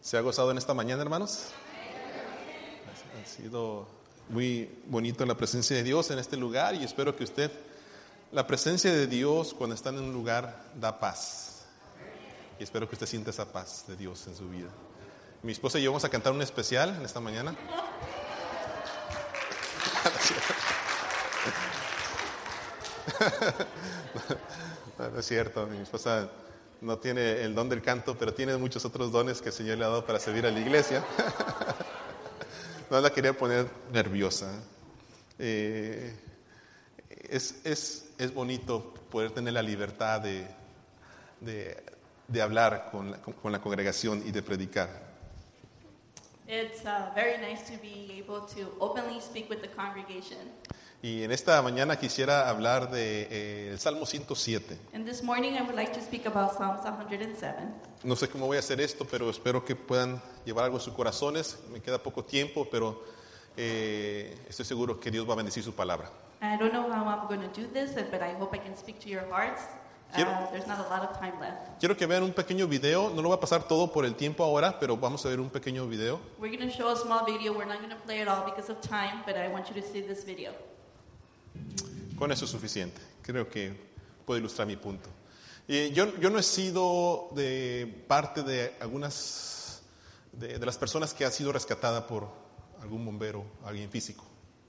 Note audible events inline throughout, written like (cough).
¿Se ha gozado en esta mañana, hermanos? Ha sido muy bonito la presencia de Dios en este lugar y espero que usted, la presencia de Dios cuando está en un lugar da paz. Y espero que usted sienta esa paz de Dios en su vida. Mi esposa y yo vamos a cantar un especial en esta mañana. No, no es cierto, mi esposa no tiene el don del canto, pero tiene muchos otros dones que el Señor le ha dado para servir a la iglesia. (laughs) no la quería poner nerviosa. Eh, es, es, es, bonito poder tener la libertad de, de, de hablar con la, con la congregación y de predicar. It's uh, very nice to be able to openly speak with the congregation. Y en esta mañana quisiera hablar del de, eh, el Salmo 107. And this morning I would like to speak about Psalms 107. No sé cómo voy a hacer esto, pero espero que puedan llevar algo en sus corazones. Me queda poco tiempo, pero eh, estoy seguro que Dios va a bendecir su palabra. I don't know how I'm going to do this, but I hope I can speak to your hearts. Uh, Quiero- there's not a lot of time left. Quiero que vean un pequeño video. No lo va a pasar todo por el tiempo ahora, pero vamos a ver un pequeño video. We're going to show a small video. We're not going to play it all because of time, but I want you to see this video. Con eso es suficiente. Creo que puedo ilustrar mi punto. Y yo, yo no he sido de parte de algunas de, de las personas que ha sido rescatada por algún bombero, alguien físico.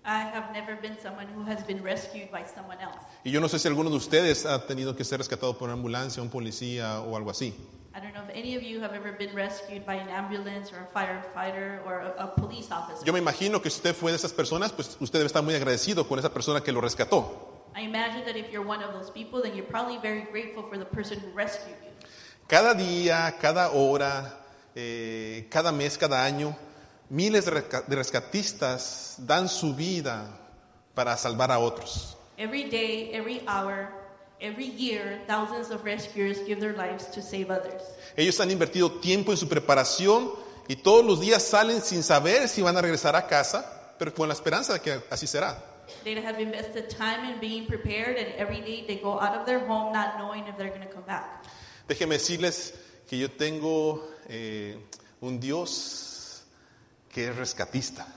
I have never been someone who has been rescued by someone else. Y yo no sé si alguno de ustedes ha tenido que ser rescatado por una ambulancia, un policía o algo así. I don't know if any of you have ever been rescued by an ambulance or a firefighter or a, a police officer. Yo me imagino que si usted fue de esas personas, pues usted debe estar muy agradecido con esa persona que lo rescató. I imagine that if you're one of those people, then you're probably very grateful for the person who rescued you. Cada día, cada hora, eh, cada mes, cada año, miles de resca- de rescatistas dan su vida para salvar a otros. Every day, every hour, every year, thousands of rescuers give their lives to save others. Ellos han invertido tiempo en su preparación y todos los días salen sin saber si van a regresar a casa, pero con la esperanza de que así será. They have invested time in being prepared, and every day they go out of their home not knowing if they're going to come back. Déjenme decirles que yo tengo eh, un Dios que es rescatista.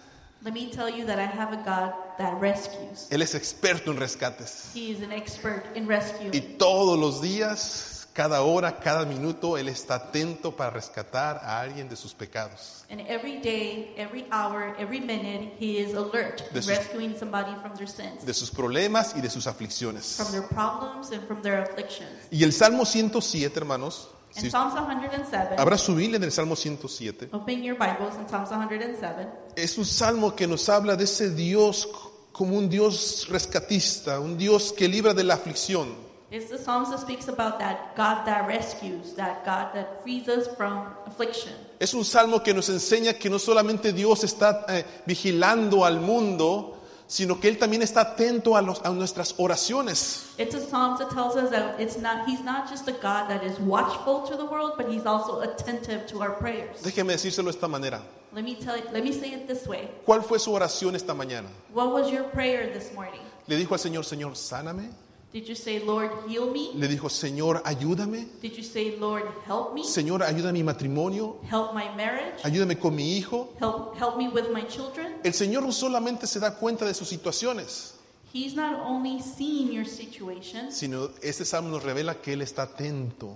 Let me tell you that I have a God that rescues. Él es experto en rescates. He is an expert in rescue. Y todos los días, cada hora, cada minuto, Él está atento para rescatar a alguien de sus pecados. And every day, every hour, every minute, he is alert, This is- rescuing somebody from their sins, De sus problemas y de sus from aflicciones. their problems, and from their afflictions. Y el Salmo 107, hermanos. In si- Psalms 107, habrá su Biblia en el Salmo 107. open your Bibles in Psalms 107. Es un salmo que nos habla de ese Dios como un Dios rescatista, un Dios que libra de la aflicción. It's the Psalms that speaks about that God that rescues, that God that frees us from affliction. Es un salmo que nos enseña que no solamente Dios está eh, vigilando al mundo, sino que Él también está atento a, los- a nuestras oraciones. It's a Psalms that tells us that it's not He's not just a God that is watchful to the world, but He's also attentive to our prayers. Déjeme decírselo de esta manera. Let me tell you, let me say it this way. ¿Cuál fue su oración esta mañana? What was your prayer this morning? ¿Le dijo al Señor, Señor, sáname? Did you say, Lord, heal me? ¿Le dijo, Señor, ayúdame? Did you say, Lord, help me? Señor, ayuda a mi matrimonio, Help my marriage? ayúdame con mi hijo. Help help me with my children? El Señor no solamente se da cuenta de sus situaciones, He's not only seeing your situation, sino este salmo nos revela que Él está atento,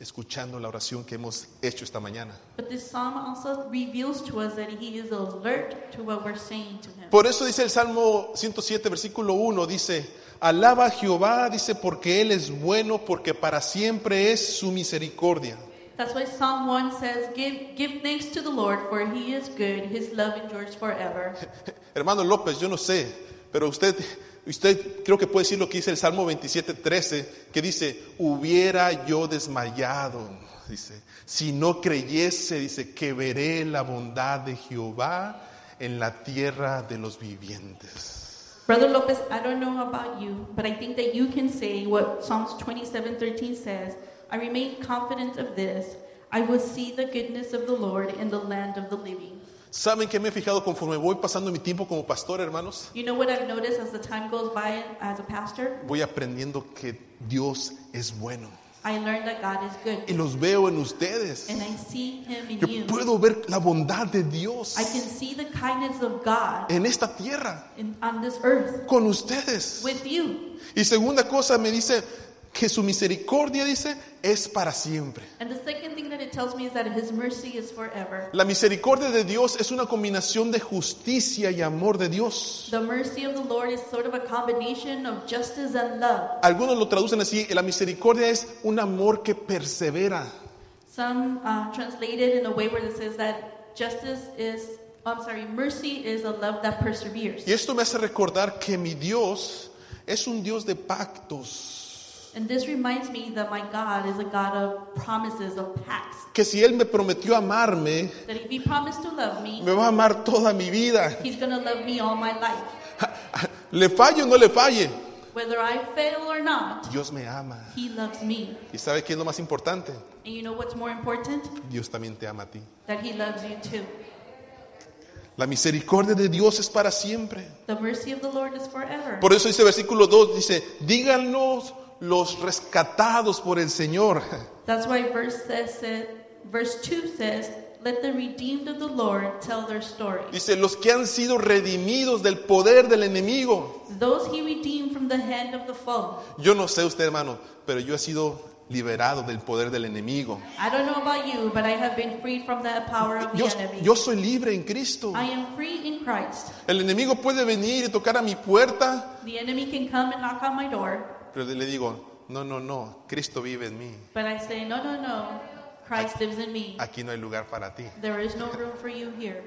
escuchando la oración que hemos hecho esta mañana. But this psalm also reveals to us that he is alert to what we're saying to him. Por eso dice el Salmo 107, versículo 1, dice, alaba a Jehová, dice, porque Él es bueno, porque para siempre es su misericordia. That's why Psalm 1 says, give, give thanks to the Lord, for he is good, his love endures forever. Hermano López, yo no sé, pero usted, usted creo que puede decir lo que dice el Salmo 27, 13, que dice, hubiera yo desmayado, dice, si no creyese, dice, que veré la bondad de Jehová en la tierra de los vivientes. Brother Lopez, I don't know about you, but I think that you can say what Psalms 27:13 says, I remain confident of this, I will see the goodness of the Lord in the land of the living. ¿Saben que me he fijado conforme voy pasando mi tiempo como pastor, hermanos? You know what I've noticed as the time goes by as a pastor? voy aprendiendo que Dios es bueno. I I learned that God is y good, los veo en ustedes. and I see Him in Yo you. puedo ver la bondad de Dios I can see the kindness of God en esta tierra, in, on this earth con ustedes. with you. Y segunda cosa me dice que su misericordia, dice, es para siempre. And the second thing that it tells me is that His mercy is forever. La misericordia de Dios es una combinación de justicia y amor de Dios. The mercy of the Lord is sort of a combination of justice and love. Algunos lo traducen así, la misericordia es un amor que persevera. Some uh, translate it in a way where it says that justice is, oh, I'm sorry, mercy is a love that perseveres. Y esto me hace recordar que mi Dios es un Dios de pactos. And this reminds me that my God is a God of promises, of pacts. Que si Él me prometió amarme, That if He promised to love me, me va a amar toda mi vida. (laughs) He's going to love me all my life. Le falle o no le falle, Whether I fail or not, Dios me ama. He loves me. ¿Y sabe qué es lo más importante? And you know what's more important? Dios también te ama a ti. That He loves you too. La misericordia de Dios es para siempre. The mercy of the Lord is forever. Por eso dice versículo 2, dice, díganos los rescatados por el Señor. (laughs) That's why verse says, said, verse two says, "Let the redeemed of the Lord tell their story." Dice, los que han sido redimidos del poder del enemigo. Those He redeemed from the hand of the foe. Yo no sé usted, hermano, pero yo he sido liberado del poder del enemigo. I don't know about you, but I have been freed from the power of the Yo, enemy. yo soy libre en Cristo. I am free in Christ. El enemigo puede venir y tocar a mi puerta, The enemy can come and knock on my door, pero le digo, no, no, no, Cristo vive en mí. but I say, "No, no, no. Christ lives in me. Aquí no hay lugar para ti. There is no room for you here."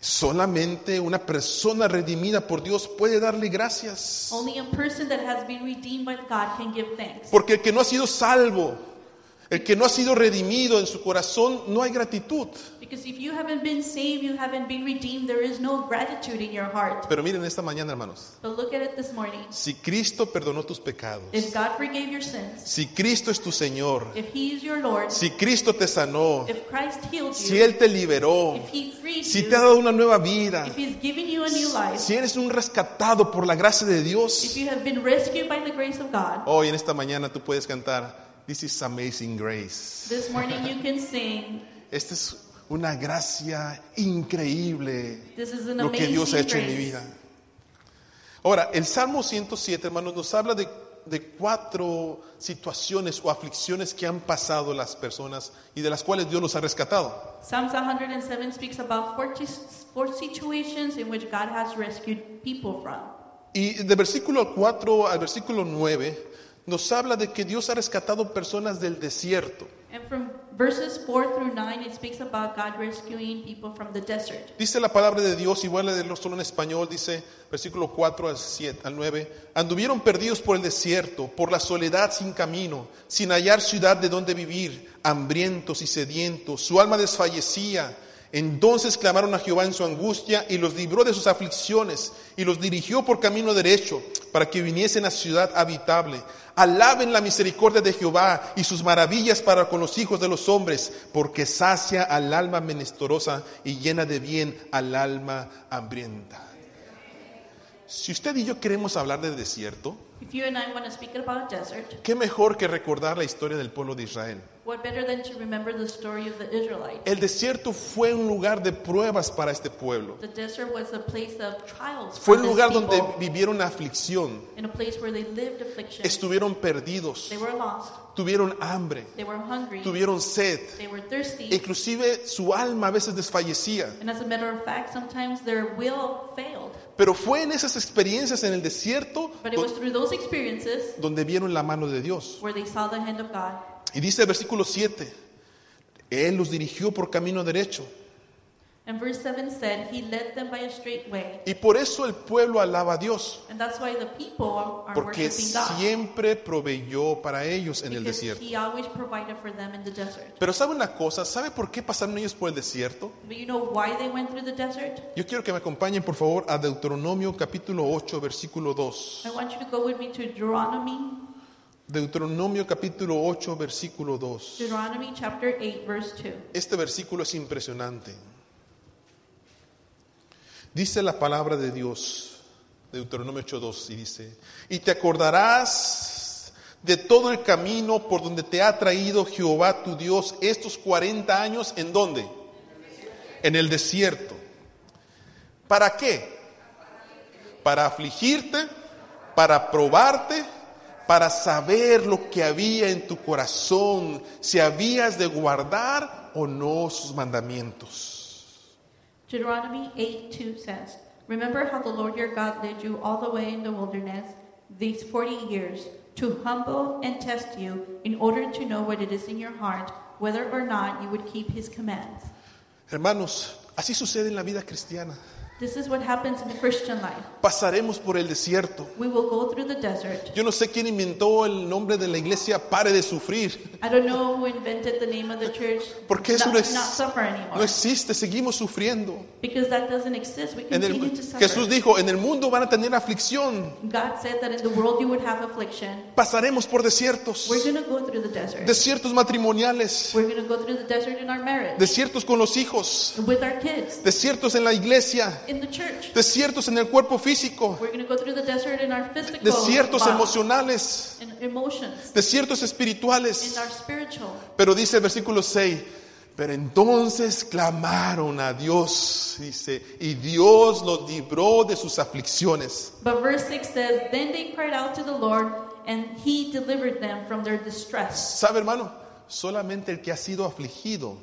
Solamente una persona redimida por Dios puede darle gracias. Only a person that has been redeemed by God can give thanks. Porque el que no ha sido salvo, el que no ha sido redimido en su corazón, no hay gratitud. Because if you haven't been saved, you haven't been redeemed, there is no gratitude in your heart. Pero miren esta mañana, hermanos, But look at it this morning. si Cristo perdonó tus pecados, If God forgave your sins, si Cristo es tu Señor, if He is your Lord, si Cristo te sanó, if Christ healed si you, Él te liberó, if He freed si te ha you, dado una nueva vida, if He's given you a new life, si eres un rescatado por la gracia de if Dios, you have been rescued by the grace of God, hoy en esta mañana tú puedes cantar, This is amazing grace. this morning you can sing, Esta es una gracia increíble. This is an lo que amazing Dios ha hecho en mi grace. vida. Ahora, el Salmo 107, hermanos, nos habla de, de cuatro situaciones o aflicciones que han pasado las personas y de las cuales Dios los ha rescatado. Psalms 107 speaks about four, tis- four situations in which God has rescued people from. Y de versículo 4 al versículo 9 nos habla de que Dios ha rescatado personas del desierto. And from verses 4 through 9, it speaks about God rescuing people from the desert. Dice la palabra de Dios, igual la del solo en español, dice versículo 4 al, 7, al 9, anduvieron perdidos por el desierto, por la soledad sin camino, sin hallar ciudad de donde vivir, hambrientos y sedientos, su alma desfallecía. Entonces clamaron a Jehová en su angustia y los libró de sus aflicciones y los dirigió por camino derecho para que viniesen a ciudad habitable. Alaben la misericordia de Jehová y sus maravillas para con los hijos de los hombres, porque sacia al alma menesterosa y llena de bien al alma hambrienta. Si usted y yo queremos hablar del desierto, If you and I want to speak about desert, qué mejor que recordar la historia del pueblo de Israel. what better than to remember the story of the Israelites? El desierto fue un lugar de pruebas para este pueblo. The desert was a place of trials. Fue for un these lugar people, donde vivieron aflicción, in a place where they lived affliction. estuvieron perdidos, They were lost. tuvieron hambre, They were hungry. tuvieron e sed, They were thirsty. inclusive su alma a veces desfallecía. And as a matter of fact, sometimes their will failed. Pero fue en esas experiencias en el desierto But it was through those experiences do- donde vieron la mano de Dios. where they saw the hand of God. Y dice el versículo 7, Él los dirigió por camino derecho. And verse 7 said, He led them by a straight way. Y por eso el pueblo alaba a Dios, And that's why the people are porque worshiping God. siempre proveyó para ellos en el Because desierto. He always provided for them in the desert. Pero ¿sabe una cosa? ¿Sabe por qué pasaron ellos por el desierto? But you know why they went through the desert? Yo quiero que me acompañen por favor a Deuteronomio capítulo 8 versículo 2. I want you to go with me to Deuteronomy, Deuteronomio capítulo 8 versículo 2. Deuteronomy chapter 8, verse 2. Este versículo es impresionante. Dice la palabra de Dios, Deuteronomio 8:2, y dice, y te acordarás de todo el camino por donde te ha traído Jehová tu Dios estos 40 años, ¿en dónde? En el desierto. ¿Para qué? Para afligirte, para probarte, para saber lo que había en tu corazón, si habías de guardar o no sus mandamientos. Deuteronomy 8 2 says, Remember how the Lord your God led you all the way in the wilderness these 40 years to humble and test you in order to know what it is in your heart, whether or not you would keep his commands. Hermanos, así sucede en la vida cristiana. This is what happens in the Christian life. Pasaremos por el desierto. We will go through the desert. Yo no sé quién inventó el nombre de la iglesia Pare de Sufrir. I don't know who invented the name of the church. Porque eso not, no es- not suffer anymore. No existe, seguimos sufriendo. because that doesn't exist. We En el- continue to suffer. Jesús dijo, en el mundo van a tener aflicción. God said that in the world you would have affliction. Pasaremos por desiertos. We're going to go through the desert. Desiertos matrimoniales. We're going to go through the desert in our marriage, Desiertos con los hijos. with our kids, Desiertos en la iglesia. in the church. Desiertos en el cuerpo físico. We're going to go through the desert in our physical Desiertos lives, emocionales. in emotions, Desiertos espirituales. in our spiritual. Pero dice el versículo 6, pero entonces clamaron a Dios, dice, y Dios los libró de sus aflicciones. But verse 6 says, Then they cried out to the Lord, and he delivered them from their distress. ¿Sabe hermano? Solamente el que ha sido afligido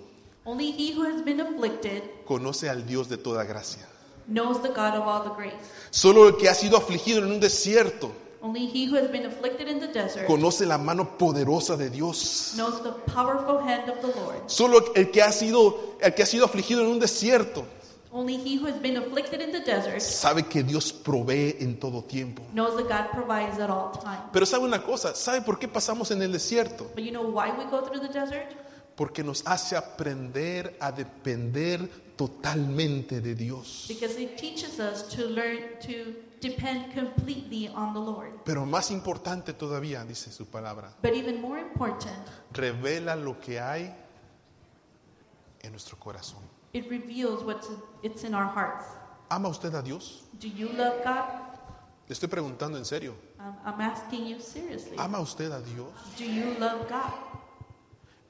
Only he who has been afflicted conoce al Dios de toda gracia. knows the God of all the grace. Solo el que ha sido afligido en un desierto Only he who has been afflicted in the desert conoce la mano poderosa de Dios. knows the powerful hand of the Lord. Solo el que ha sido, el que ha sido afligido en un desierto Only he who has been afflicted in the desert sabe que Dios provee en todo tiempo. knows that God provides at all times. Pero sabe una cosa, ¿sabe por qué pasamos en el desierto? But you know why we go through the desert? Porque nos hace aprender a depender totalmente de Dios. Because it teaches us to learn to depend completely on the Lord. Pero más importante todavía, dice su palabra, But even more important, revela lo que hay en nuestro corazón. it reveals what's it's in our hearts. ¿Ama usted a Dios? Do you love God? Le estoy preguntando en serio. Um, I'm asking you seriously. ¿Ama usted a Dios? Do you love God?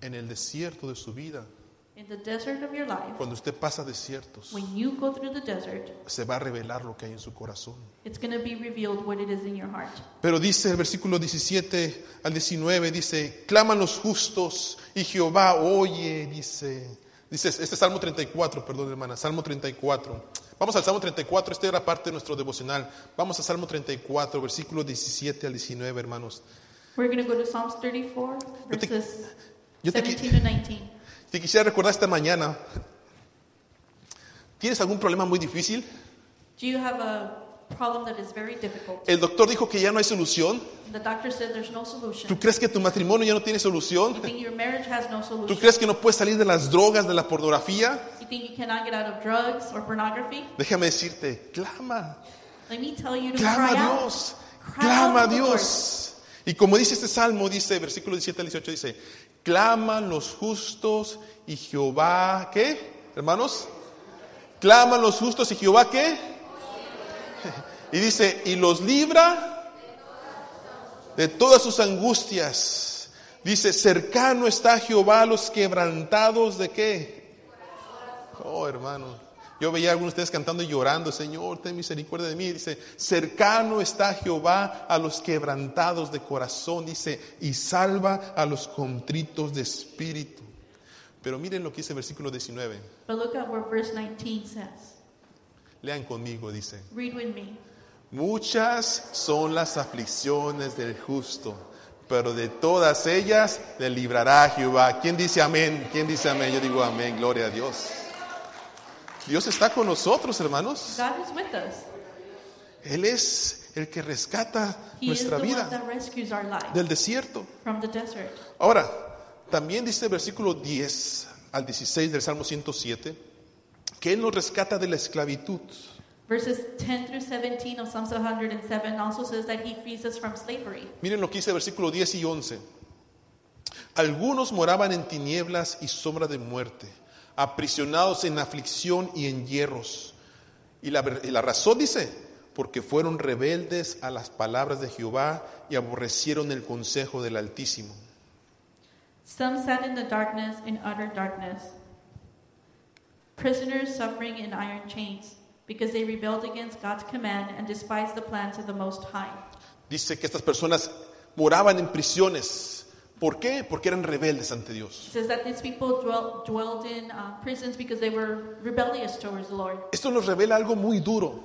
En el desierto de su vida, In the desert of your life, cuando usted pasa desiertos, when you go through the desert, se va a revelar lo que hay en su corazón. it's going to be revealed what it is in your heart. Pero dice el versículo 17 al 19, dice, claman los justos y Jehová oye, dice, dice, este es Salmo 34, perdón hermana, Salmo 34. Vamos al Salmo 34, esta era parte de nuestro devocional. Vamos a Salmo 34, versículo 17 al 19, hermanos. We're going to go to Psalms 34, Yo te- verses yo te qui- 17 to 19. Te quisiera recordar esta mañana, ¿tienes algún problema muy difícil? Do you have a problem that is very difficult? El doctor dijo que ya no hay solución. The doctor said there's no solution. ¿Tú crees que tu matrimonio ya no tiene You solución? think your marriage has no ¿Tú solution? crees que no puedes salir de las drogas, de la pornografía? You think you cannot get out of drugs or pornography? Déjame decirte, clama, Let me tell you to clama cry a out. Dios, Cry clama a out to the Dios. Y como dice este salmo, dice versículo 17 al 18, dice, claman los justos y Jehová, ¿qué? Hermanos, claman los justos y Jehová, ¿qué? (laughs) Y dice, y los libra de todas sus angustias. Dice, cercano está Jehová a los quebrantados de qué? Oh, hermano. Yo veía a algunos de ustedes cantando y llorando, Señor, ten misericordia de mí. Dice, cercano está Jehová a los quebrantados de corazón, dice, y salva a los contritos de espíritu. Pero miren lo que dice el versículo 19. But look at what verse 19 says. Lean conmigo, dice, Read with me. muchas son las aflicciones del justo, pero de todas ellas le librará Jehová. ¿Quién dice amén? ¿Quién dice amén? Yo digo amén, gloria a Dios. Dios está con nosotros, hermanos. God is with us. Él es el que rescata He is nuestra the one vida that rescues our life del desierto. from the desert. Ahora, también dice el versículo 10 al 16 del Salmo 107 que Él nos rescata de la esclavitud. Verses 10 through 17 of Psalms 107 also says that he frees us from slavery. Miren lo que dice el versículo 10 y 11. Algunos moraban en tinieblas y sombra de muerte, aprisionados en aflicción y en hierros. Y la, ver- y la razón dice, porque fueron rebeldes a las palabras de Jehová y aborrecieron el consejo del Altísimo. Some sat in the darkness, in utter darkness, prisoners suffering in iron chains, because they rebelled against God's command and despised the plans of the Most High. Dice que estas personas moraban en prisiones. ¿Por qué? Porque eran rebeldes ante Dios. It says that these people dwelt, dwelled in uh, prisons because they were rebellious towards the Lord. Esto nos revela algo muy duro.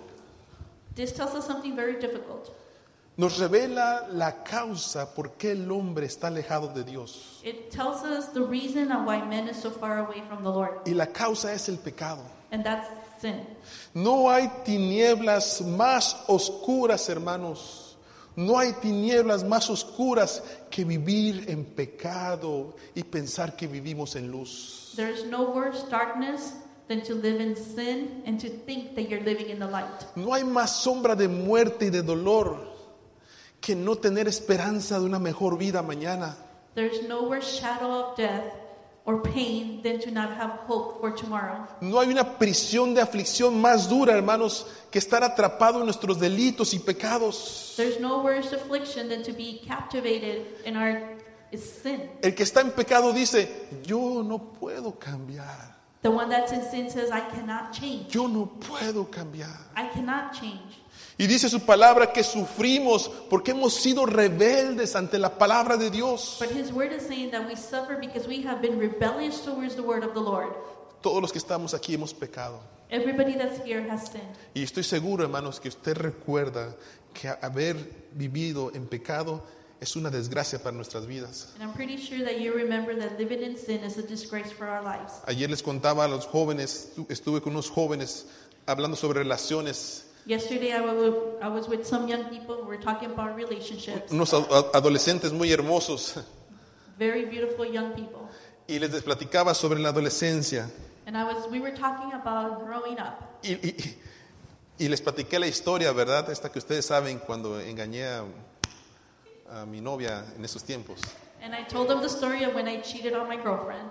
This tells us something very difficult. Nos revela la causa por qué el hombre está alejado de Dios. It tells us the reason of why men is so far away from the Lord, Y la causa es el pecado. and that's sin. No hay tinieblas más oscuras, hermanos. No hay tinieblas más oscuras que vivir en pecado y pensar que vivimos en luz. There's no worse darkness than to live in sin and to think that you're living in the light. No hay más sombra de muerte y de dolor que no tener esperanza de una mejor vida mañana. There's no worse shadow of death or pain than to not have hope for tomorrow. No hay una prisión de aflicción más dura, hermanos, que estar atrapado en nuestros delitos y pecados. There's no worse affliction than to be captivated in our is sin. El que está en pecado dice, yo no puedo cambiar, The one that's in sin says, I cannot change. yo no puedo cambiar. I cannot change. Y dice su palabra que sufrimos porque hemos sido rebeldes ante la palabra de Dios. But his word is saying that we suffer because we have been rebellious towards the word of the Lord. Todos los que estamos aquí hemos pecado. Everybody that's here has sinned. Y estoy seguro, hermanos, que usted recuerda que haber vivido en pecado es una desgracia para nuestras vidas. And I'm pretty sure that you remember that living in sin is a disgrace for our lives. Ayer les contaba a los jóvenes, estu- estuve con unos jóvenes hablando sobre relaciones, Yesterday, I wa- I was with some young people. We were talking about relationships. unos a- a- adolescentes muy hermosos, Very beautiful young people. y les platicaba sobre la adolescencia. And I was, we were talking about growing up. Y, y- y les platiqué la historia, ¿verdad? Esta que ustedes saben cuando engañé a, a mi novia en esos tiempos. And I told them the story of when I cheated on my girlfriend.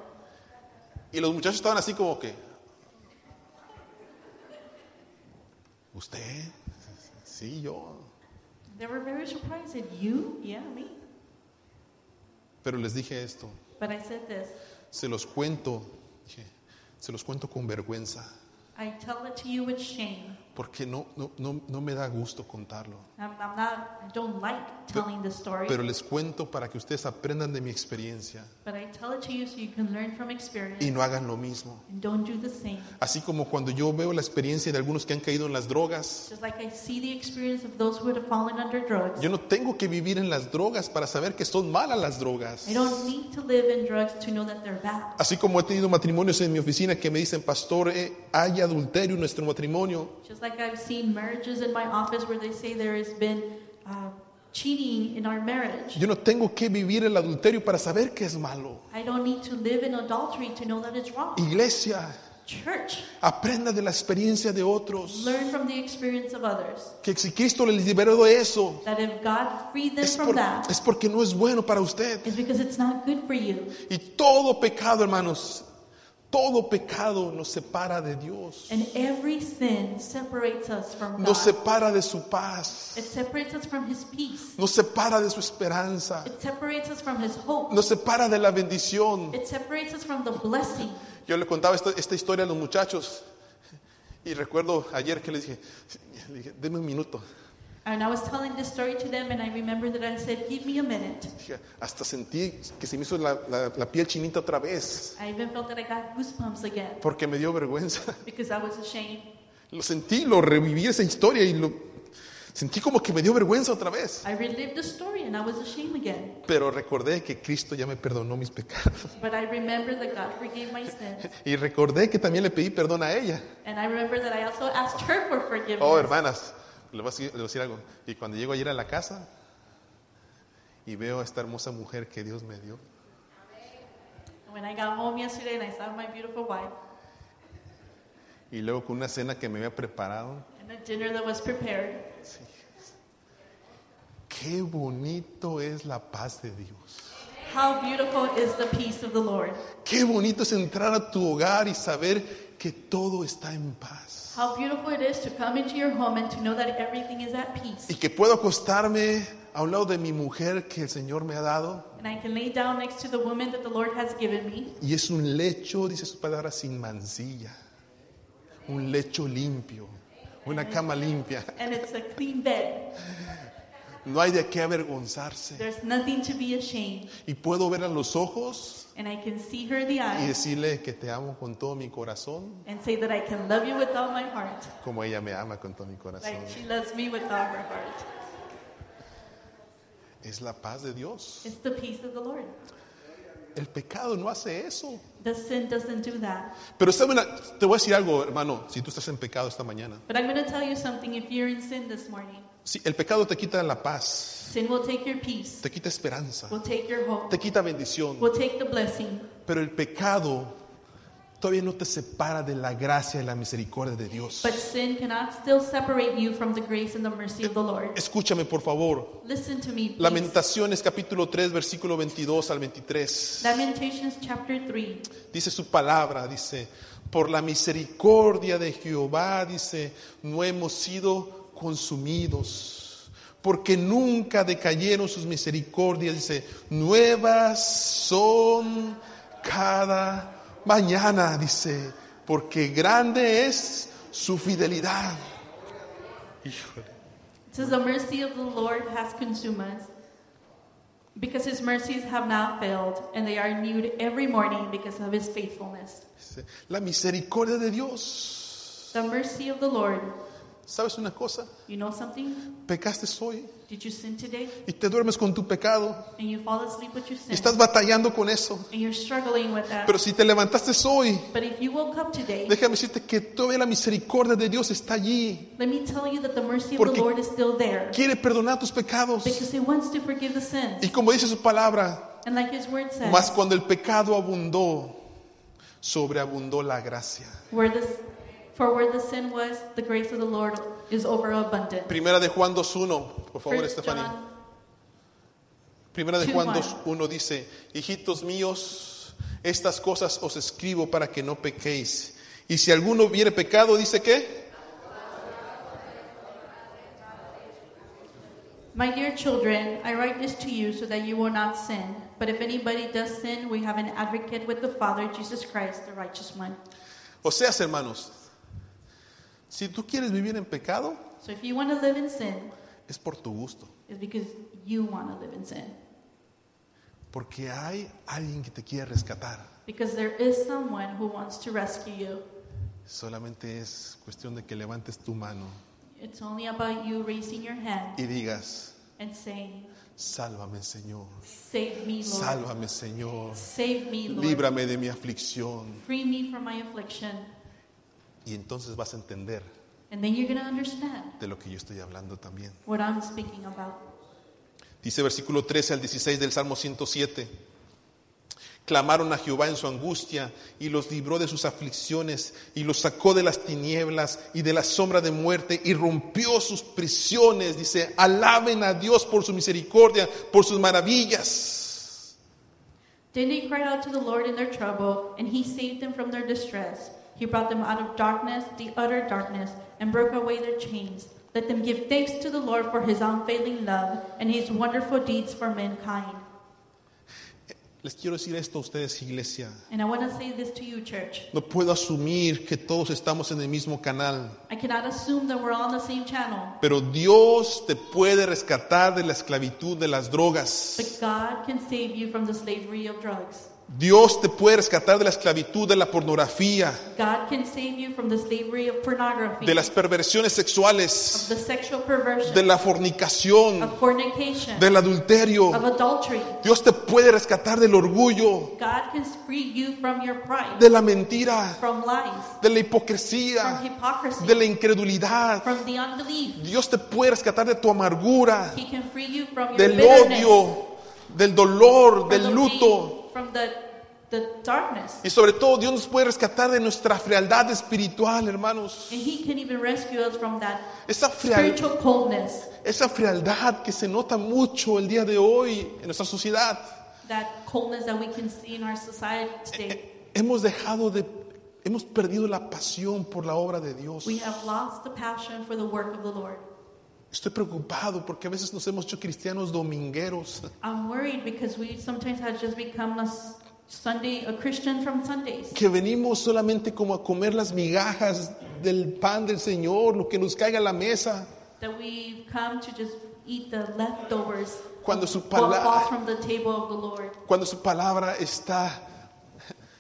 Y los muchachos estaban así como que... ¿Usted? Sí, yo. They were very surprised. Said, You? Yeah, me. Pero les dije esto, But I said this se los cuento, dije, se los cuento con vergüenza, I tell it to you with shame. porque no, no, no, no me da gusto contarlo. I'm, I'm not, I don't like telling the story, Pero les cuento para que ustedes aprendan de mi experiencia but I tell it to you so you can learn from experience y no hagan lo mismo. and don't do the same. Así como cuando yo veo la experiencia de algunos que han caído en las drogas, Just like I see the experience of those who have fallen under drugs. yo no tengo que vivir en las drogas para saber que son malas las drogas. I don't need to live in drugs to know that they're bad. Así como he tenido matrimonios en mi oficina que me dicen, pastor, eh, hay adulterio en nuestro matrimonio. Just like I've seen marriages in my office where they say there has been uh, cheating in our marriage. Yo no tengo que vivir el adulterio para saber que es malo. I don't need to live in adultery to know that it's wrong. Iglesia, Church, aprenda de la experiencia de otros. learn from the experience of others. Que si Cristo les liberó de eso, That if God freed them es, from por- that, es porque no es bueno para usted. it's because it's not good for you. Y todo pecado, hermanos, todo pecado nos separa de Dios. And every sin separates us from Nos God. separa de su paz. It separates us from His peace. Nos separa de su esperanza. It separates us from His hope. Nos separa de la bendición. It separates us from the blessing. Yo le contaba esta, esta historia a los muchachos. Y recuerdo ayer que les dije, le dije, deme un minuto. And I was telling this story to them, and I remember that I said, Give me a minute. Dije, hasta sentí que se me hizo la, la- la piel chinita otra vez. I even felt that I got goosebumps again Porque me dio vergüenza. (laughs) because I was ashamed. Lo sentí, lo reviví esa historia y lo sentí como que me dio vergüenza otra vez. I relived the story and I was ashamed again. Pero recordé que Cristo ya me perdonó mis pecados. (laughs) But I remember that God forgave my sins. Y recordé que también le pedí perdón a ella. And I remember that I also asked her for forgiveness. Oh, hermanas, le voy, a decir, le voy a decir algo. Y cuando llego ayer a la casa y veo a esta hermosa mujer que Dios me dio, When I got home yesterday and I saw my beautiful wife y luego con una cena que me había preparado, and the dinner that was prepared, qué bonito es la paz de Dios. how beautiful is the peace of the Lord. Qué bonito es entrar a tu hogar y saber que todo está en paz. How beautiful it is to come into your home and to know that everything is at peace. Y que puedo acostarme a un lado de mi mujer que el Señor me ha dado. And I can lay down next to the woman that the Lord has given me. Y es un lecho, dice su palabra, sin mancilla. Un lecho limpio. Una cama limpia. And it's a clean bed. No hay de qué avergonzarse. There's nothing to be ashamed. Y puedo ver a los ojos And I can see her in the y eyes decirle que te amo con todo mi corazón, and say that I can love you with all my heart. como ella me ama con todo mi corazón. Like she loves me with all her heart. Es la paz de Dios. It's the peace of the Lord. El pecado no hace eso. The sin doesn't do that. Pero sabe una- te voy a decir algo, hermano, si tú estás en pecado esta mañana. But I'm going to tell you something if you're in sin this morning. Sí, el pecado te quita la paz, Sin will take your peace, te quita esperanza, will take your hope, te quita bendición. will take the blessing. Pero el pecado todavía no te separa de la gracia y la misericordia de Dios. But sin cannot still separate you from the grace and the mercy of the Lord. Escúchame, por favor. Listen to me. please. Lamentaciones capítulo 3, versículo 22 al 23. Lamentations chapter 3. Dice su palabra, dice, por la misericordia de Jehová, dice, no hemos sido consumidos, porque nunca decayeron sus misericordias, dice, nuevas son cada mañana, dice, porque grande es su fidelidad. Híjole. It says, The mercy of the Lord has consumed us, because his mercies have not failed, and they are renewed every morning because of his faithfulness. Dice, La misericordia de Dios. The mercy of the Lord. ¿Sabes una cosa? You know something? Pecaste hoy Did you sin today? y te duermes con tu pecado And you fall asleep with your sin? y estás batallando con eso. And you're struggling with that. Pero si te levantaste hoy, But if you woke up today, déjame decirte que todavía la misericordia de Dios está allí. let me tell you that the mercy of the Porque- Lord is still there. Quiere perdonar tus pecados. Because he wants to forgive the sins. Y como dice su palabra, And like his word says, mas cuando el pecado abundó, sobreabundó la gracia. where this, for where the sin was, the grace of the Lord is overabundant. Primera de Juan 2.1, por favor, First Estefanía. John Primera de Two Juan one. 2.1 dice, hijitos míos, estas cosas os escribo para que no pequéis. Y si alguno hubiere pecado, dice que My dear children, I write this to you so that you will not sin. But if anybody does sin, we have an advocate with the Father, Jesus Christ, the righteous one. O sea, hermanos, si tú quieres vivir en pecado, So if you want to live in sin, es por tu gusto. it's because you want to live in sin. Porque hay alguien que te quiere rescatar. Because there is someone who wants to rescue you. Solamente es cuestión de que levantes tu mano It's only about you raising your hand y digas, and saying, sálvame Señor, Save me, Lord. sálvame Señor, Save me, Lord. líbrame de mi aflicción. Free me from my affliction. Y entonces vas a entender And then you're going to understand de lo que yo estoy hablando también. what I'm speaking about. Dice versículo 13 al 16 del Salmo 107. Clamaron a Jehová en su angustia y los libró de sus aflicciones y los sacó de las tinieblas y de la sombra de muerte y rompió sus prisiones. Dice, alaben a Dios por su misericordia, por sus maravillas. Then they cried out to the Lord in their trouble, and he saved them from their distress. He brought them out of darkness, the utter darkness, and broke away their chains. Let them give thanks to the Lord for his unfailing love and his wonderful deeds for mankind. Les quiero decir esto a ustedes, iglesia. And I want to say this to you, church. No puedo asumir que todos estamos en el mismo canal, I cannot assume that we're all on the same channel, pero Dios te puede rescatar de la esclavitud de las drogas. but God can save you from the slavery of drugs. Dios te puede rescatar de la esclavitud de la pornografía, God can save you from the slavery of pornography, de las perversiones of sexuales, the sexual de perversion, la fornicación, of fornication, del of adulterio. adultery. Dios te puede rescatar del orgullo, God can free you from your pride, de la mentira, from lies, de la from hipocresía, hypocrisy, de la incredulidad. from the unbelief. Dios te puede rescatar de tu amargura, He can free you from your del bitterness, odio, del dolor, from del the luto. pain, from the, the darkness. Y sobre todo Dios nos puede rescatar de nuestra frialdad espiritual, hermanos. And He can even rescue us from that Esa frialdad. spiritual coldness, Esa frialdad que se nota mucho el día de hoy en nuestra sociedad. that coldness that we can see in our society today. Hemos dejado de Hemos perdido la pasión por la obra de Dios. We have lost the passion for the work of the Lord. Estoy preocupado porque a veces nos hemos hecho cristianos domingueros. I'm worried because we sometimes have just become a s- Sunday, a Christian from Sundays. que venimos solamente como a comer las migajas del pan del Señor, lo que nos caiga a la mesa, That we've come to just eat the leftovers. Cuando su What pala- falls from the table of the Lord. cuando su palabra está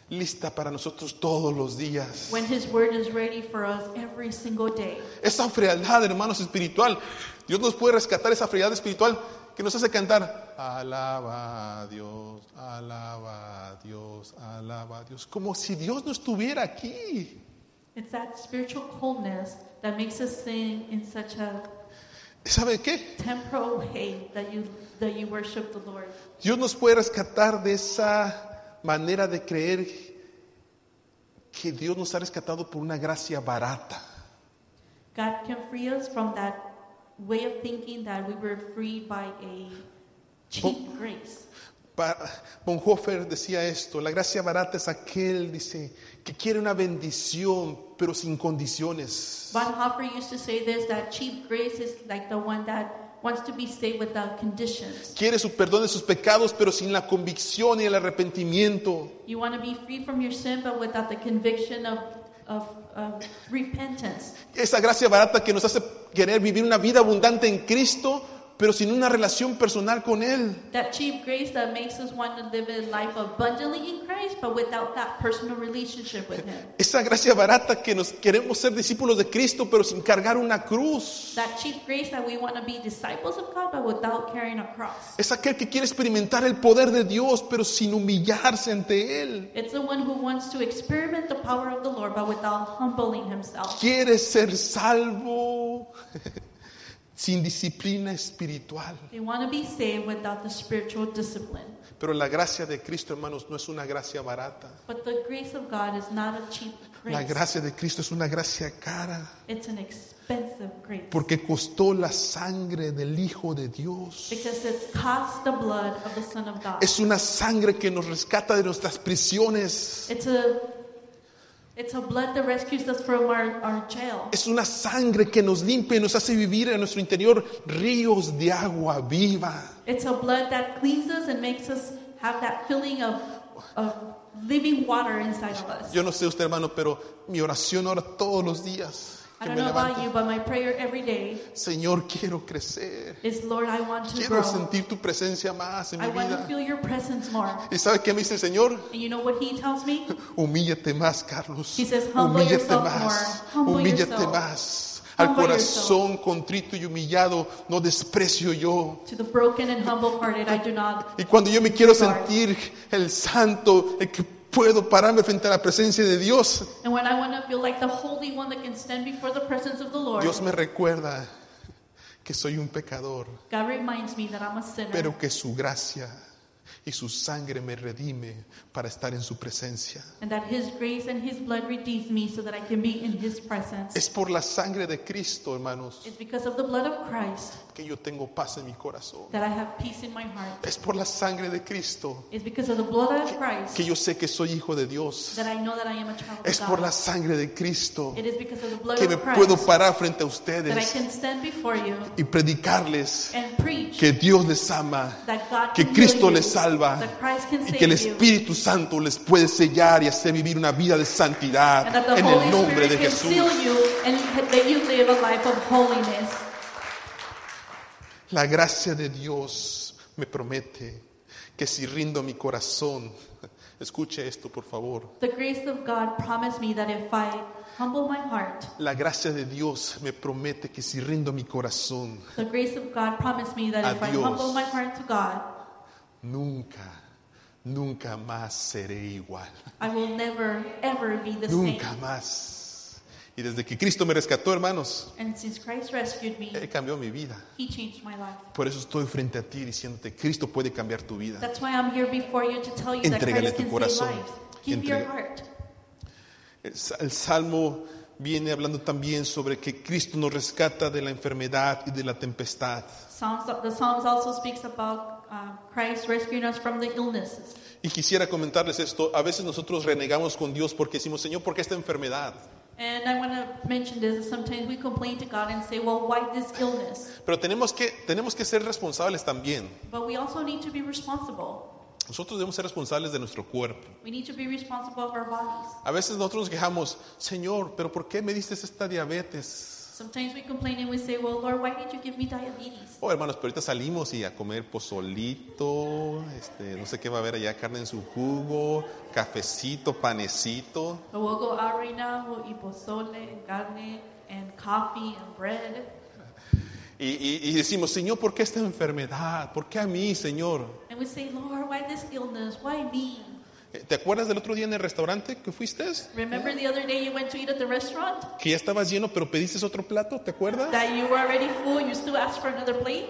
lista para nosotros todos los días. When His Word is ready for us every single day. Esa frialdad, hermanos, espiritual. Dios nos puede rescatar esa frialdad espiritual que nos hace cantar. Alaba a Dios, alaba a Dios, alaba a Dios. Como si Dios no estuviera aquí. It's that spiritual coldness that makes us sing in such a ¿Sabe qué? temporal way that you that you worship the Lord. Dios nos puede rescatar de esa manera de creer que Dios nos ha rescatado por una gracia barata. God can free us from that way of thinking that we were freed by a cheap grace. Pa- Bonhoeffer decía esto, la gracia barata es aquel, dice, que quiere una bendición, pero sin condiciones. Bonhoeffer used to say this that cheap grace is like the one that wants to be saved without conditions. Quiere su perdón de sus pecados, pero sin la convicción y el arrepentimiento. You want to be free from your sin, but without the conviction of, of, of repentance. Esa gracia barata que nos hace querer vivir una vida abundante en Cristo, pero sin una relación personal con Él. That cheap grace that makes us want to live a life abundantly in Christ, but without that personal relationship with Him. Esa gracia barata que nos queremos ser discípulos de Cristo, pero sin cargar una cruz. That cheap grace that we want to be disciples of God, but without carrying a cross. Es aquel que quiere experimentar el poder de Dios, pero sin humillarse ante Él. It's the one who wants to experiment the power of the Lord, but without humbling himself. Quiere ser salvo (laughs) sin disciplina espiritual. They want to be saved without the spiritual discipline. Pero la gracia de Cristo, hermanos, no es una gracia barata. But the grace of God is not a cheap La grace. gracia de Cristo es una gracia cara, It's an expensive grace. porque costó la sangre del Hijo de Dios. Because it costs the blood of the Son of God. Es una sangre que nos rescata de nuestras prisiones. It's a it's a blood that rescues us from our, our jail. Es una sangre que nos limpia y nos hace vivir en nuestro interior ríos de agua viva. It's a blood that cleanses and makes us have that feeling of, of living water inside of us. Yo no sé usted, hermano, pero mi oración ahora todos los días I que don't me know about you, levanto. but my prayer every day Señor, quiero crecer. is, Lord, I want to Quiero grow. sentir tu presencia más en mi I want to vida. feel your presence more. ¿Y sabe qué me dice el Señor? And you know what he tells me? Humíllate más, Carlos. He says, "Humble Humíllate yourself más. more. Humble Humíllate yourself. más. Al Humble corazón contrito y humillado no desprecio yo. To the broken and humble hearted, I do not. Y cuando yo me quiero Sorry. sentir el santo, el que puedo pararme frente a la presencia de Dios, And when I want to feel like the holy one that can stand before the presence of the Lord, Dios me recuerda que soy un pecador, God reminds me that I'm a sinner, pero que su gracia y su sangre me redime para estar en su presencia. and that his grace and his blood redeems me so that I can be in his presence. Es por la sangre de Cristo, hermanos, It's because of the blood of Christ que yo tengo paz en mi corazón. that I have peace in my heart. Es por la sangre de Cristo It's because of the blood of Christ que yo sé que soy hijo de Dios. that I know that I am a child Es of por God. la sangre de Cristo it is because of the blood que me of Christ puedo parar frente a that I ustedes can stand before you y predicarles and preach que Dios les ama, that God que can Cristo heal you, les salva that Christ can y save que el you, Espíritu Santo les puede sellar y hacer vivir una vida de and that santidad the en Holy el nombre Spirit de can seal Jesús. you and that you live a life of holiness. La gracia de Dios me promete que si rindo mi corazón, escuche esto por favor, The grace of God promised me that if I humble my heart, la gracia de Dios me promete que si rindo mi corazón, the grace of God promised me that if I Adiós. humble my heart to God, nunca, nunca más seré igual, I will never ever be the nunca same. más. Y desde que Cristo me rescató, hermanos, And since Christ rescued me, Él cambió mi vida. He changed my life. Por eso estoy frente a ti diciéndote, Cristo puede cambiar tu vida. That's why I'm here before you to tell you that Entrégale Christ tu can save corazón. lives. Keep your Entrega- heart. El, sa- el Salmo viene hablando también sobre que Cristo nos rescata de la enfermedad y de la tempestad. Psalms, the Psalms also speaks about uh, Christ rescuing us from the illnesses. Y quisiera comentarles esto, a veces nosotros renegamos con Dios porque decimos, Señor, ¿por qué esta enfermedad? And I want to mention this that sometimes we complain to God and say, well, why this illness? Pero tenemos que, tenemos que ser responsables también. But we also need to be responsible. Nosotros debemos ser responsables de nuestro cuerpo. We need to be responsible of our bodies. A veces nosotros nos quejamos, Señor, pero ¿por qué me diste esta diabetes? Sometimes we complain and we say, well, Lord, why did you give me diabetes? Oh, hermanos, pero ahorita salimos y a comer pozolito, este, no sé qué va a haber allá, carne en su jugo, cafecito, panecito. But we'll go out right now, we'll eat pozole and carne and coffee and bread. Y, y- y decimos, Señor, ¿por qué esta enfermedad? ¿Por qué a mí, Señor? And we say, Lord, why this illness? Why me? Eh, ¿Te acuerdas del otro día en el restaurante que fuiste? Remember the other day you went to eat at the restaurant? Que ya estabas lleno, pero pediste otro plato, ¿te acuerdas? That you were already full, you still asked for another plate?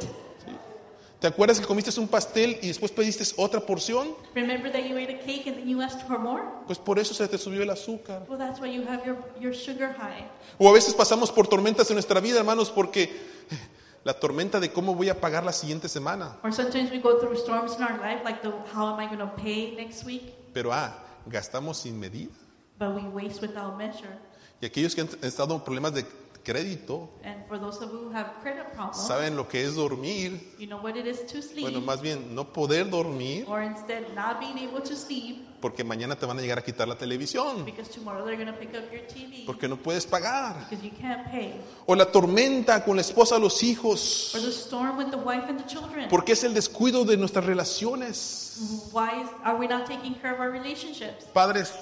¿Te acuerdas que comiste un pastel y después pediste otra porción? Remember that you ate a cake and then you asked for more? Pues por eso se te subió el azúcar. Well, that's why you have your, your sugar high. O a veces pasamos por tormentas en nuestra vida, hermanos, porque eh, la tormenta de cómo voy a pagar la siguiente semana. Or sometimes we go through storms in our life, like the how am I going to pay next week? Pero ah, gastamos sin medida. But we waste without measure. Y aquellos que han estado en problemas de crédito And for those of you who have credit problems, saben lo que es dormir. you know what it is to sleep, Bueno, más bien no poder dormir or instead not being able to sleep porque mañana te van a llegar a quitar la televisión, because tomorrow they're going to pick up your TV porque no puedes pagar. because you can't pay, O la tormenta con la esposa, los or hijos, the storm with the wife and the children. porque es el descuido de nuestras relaciones. Why is, are we not taking care of our relationships? Padres,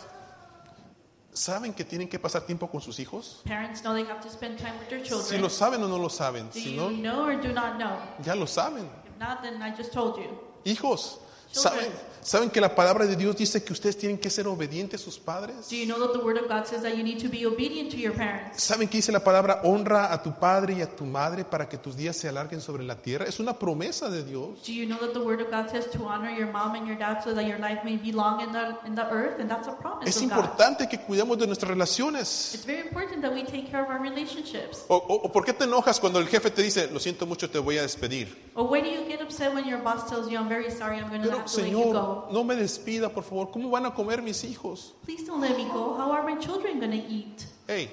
¿saben que tienen que pasar tiempo con sus hijos? Parents know they have to spend time with their Si children. lo saben o no lo saben, do si you no, know or do not know? ya lo saben. If not, then I just told you. Hijos, ¿saben, ¿saben que la palabra de Dios dice que ustedes tienen que ser obedientes a sus padres? Do you know that the Word of God says that you need to be obedient to your parents? ¿Saben que dice la palabra honra a tu padre y a tu madre para que tus días se alarguen sobre la tierra? Es una promesa de Dios. Do you know that the Word of God says to honor your mom and your dad so that your life may be long in the, in the earth? And that's a promise Es of God. importante que cuidemos de nuestras relaciones. It's very important that we take care of our relationships. ¿O, o- o por qué te enojas cuando el jefe te dice, lo siento mucho, te voy a despedir? Or why do you get upset when your boss tells you, I'm very sorry, I'm going to Pero have to let you go? Señor, no me despida, por favor. ¿Cómo van a comer mis hijos? Please don't let me go. How are my children going to eat? Hey,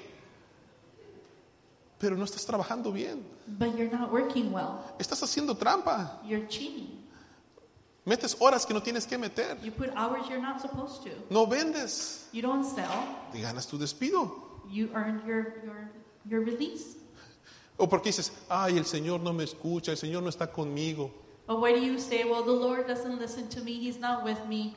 pero no estás trabajando bien. But you're not working well. Estás haciendo trampa. You're cheating. Metes horas que no tienes que meter. You put hours you're not supposed to. No vendes. You don't sell. Y ganas tu despido. You earn your, your, your release. O porque dices, ay, el Señor no me escucha, el Señor no está conmigo. But why do you say, well, the Lord doesn't listen to me. He's not with me.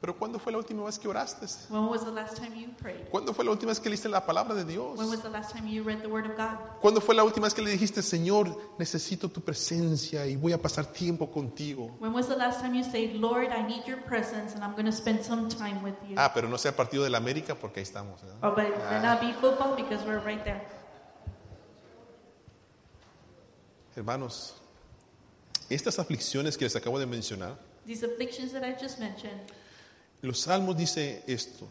Pero ¿cuándo fue la última vez que oraste? When was the last time you prayed? ¿Cuándo fue la última vez que leíste la palabra de Dios? When was the last time you read the Word of God? ¿Cuándo fue la última vez que le dijiste, Señor, necesito tu presencia y voy a pasar tiempo contigo? When was the last time you said, Lord, I need your presence and I'm going to spend some time with you? Ah, pero no sea partido de la América porque ahí estamos. ¿verdad? Oh, but it may not be football because we're right there. Hermanos, estas aflicciones que les acabo de mencionar These afflictions that I just mentioned, Los salmos dice esto.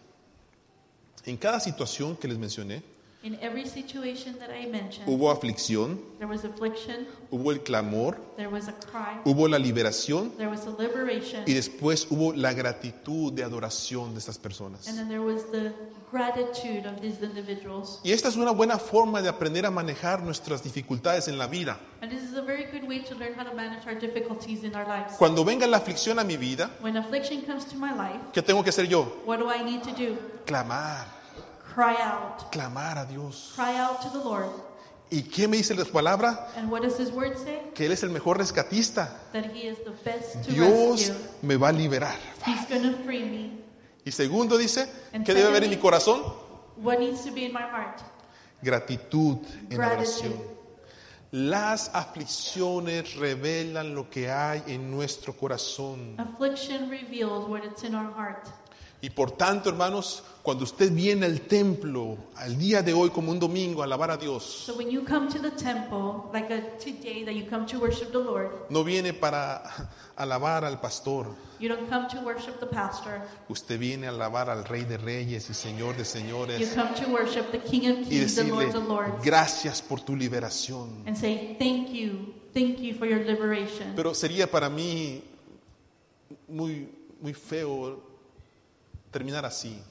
En cada situación que les mencioné, in every situation that I mentioned, hubo aflicción, there was affliction, hubo el clamor, there was a cry, hubo la liberación there was a liberation, y después hubo la gratitud de adoración de estas personas. and then there was the gratitude of these individuals. Y esta es una buena forma de aprender a manejar nuestras dificultades en la vida. And this is a very good way to learn how to manage our difficulties in our lives. Cuando venga la aflicción a mi vida, When affliction comes to my life, ¿qué tengo que hacer yo? what do I need to do? Clamar, Cry out. clamar a Dios. Cry out to the Lord. ¿Y qué me dice la palabra? And what does His Word say? Que Él es el mejor rescatista. That He is the best to Dios rescue. me va a liberar. He's going to free me. Y segundo dice, And ¿qué debe haber en mi secondly- corazón? What needs to be in my heart? gratitud en Gratitude. oración. Las aflicciones revelan lo que hay en nuestro corazón. Affliction reveals what it's in our heart. Y por tanto, hermanos, cuando usted viene al templo al día de hoy como un domingo a alabar a Dios, So when you come to the temple, like a, today that you come to worship the Lord, no viene para (laughs) alabar al pastor, you don't come to worship the pastor. usted viene a alabar al Rey de Reyes y Señor de You Señores come to worship the King of y Kings, the decirle Lord of Lords, gracias por tu liberación. and say, "Thank you, thank you for your liberation." Pero sería para mí muy muy feo terminar así.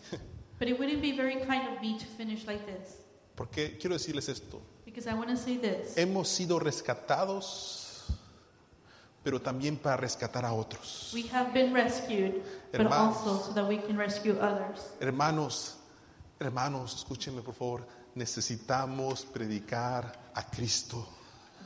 But it wouldn't be very kind of me to finish like this Porque quiero decirles esto. because I want to say this. Hemos sido rescatados, pero también para rescatar a otros. We have been rescued, but Hermanos. also so that we can rescue others. Hermanos, hermanos, escúchenme por favor. Necesitamos predicar a Cristo.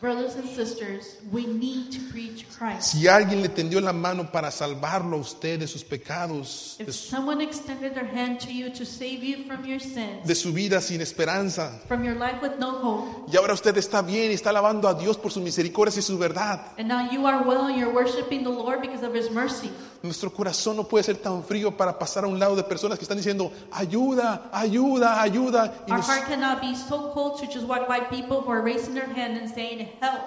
Brothers and sisters, we need to preach Christ. Si alguien le tendió la mano para salvarlo a usted de sus pecados, de If su, someone extended their hand to you to save you from your de sins, su vida sin esperanza, from your life with no hope, y ahora usted está bien y está alabando a Dios por sus misericordias y su verdad, and now you are well and you're worshiping the Lord because of His mercy, nuestro corazón no puede ser tan frío para pasar a un lado de personas que están diciendo, ayuda, ayuda, ayuda, y our nos- heart cannot be so cold to just walk by people who are raising their hand and saying, Help.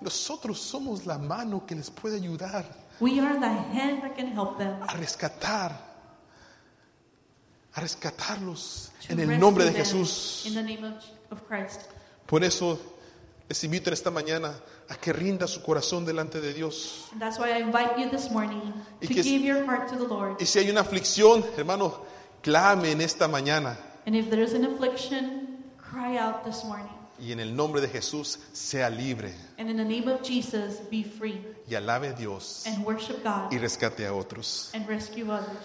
nosotros somos la mano que les puede ayudar We are the hand that can help them. a rescatar, a rescatarlos to en el rescue nombre de them Jesús. In the name of, of Christ. Por eso les invito en esta mañana a que rinda su corazón delante de Dios. And that's why I invite you this morning Y to que- give your heart to the Lord. Y si hay una aflicción, hermano, clame en esta mañana And if there's an affliction, cry out this morning. y en el nombre de Jesús sea libre And in the name of Jesus, be free y alabe a Dios and worship God y rescate a otros. and rescue others.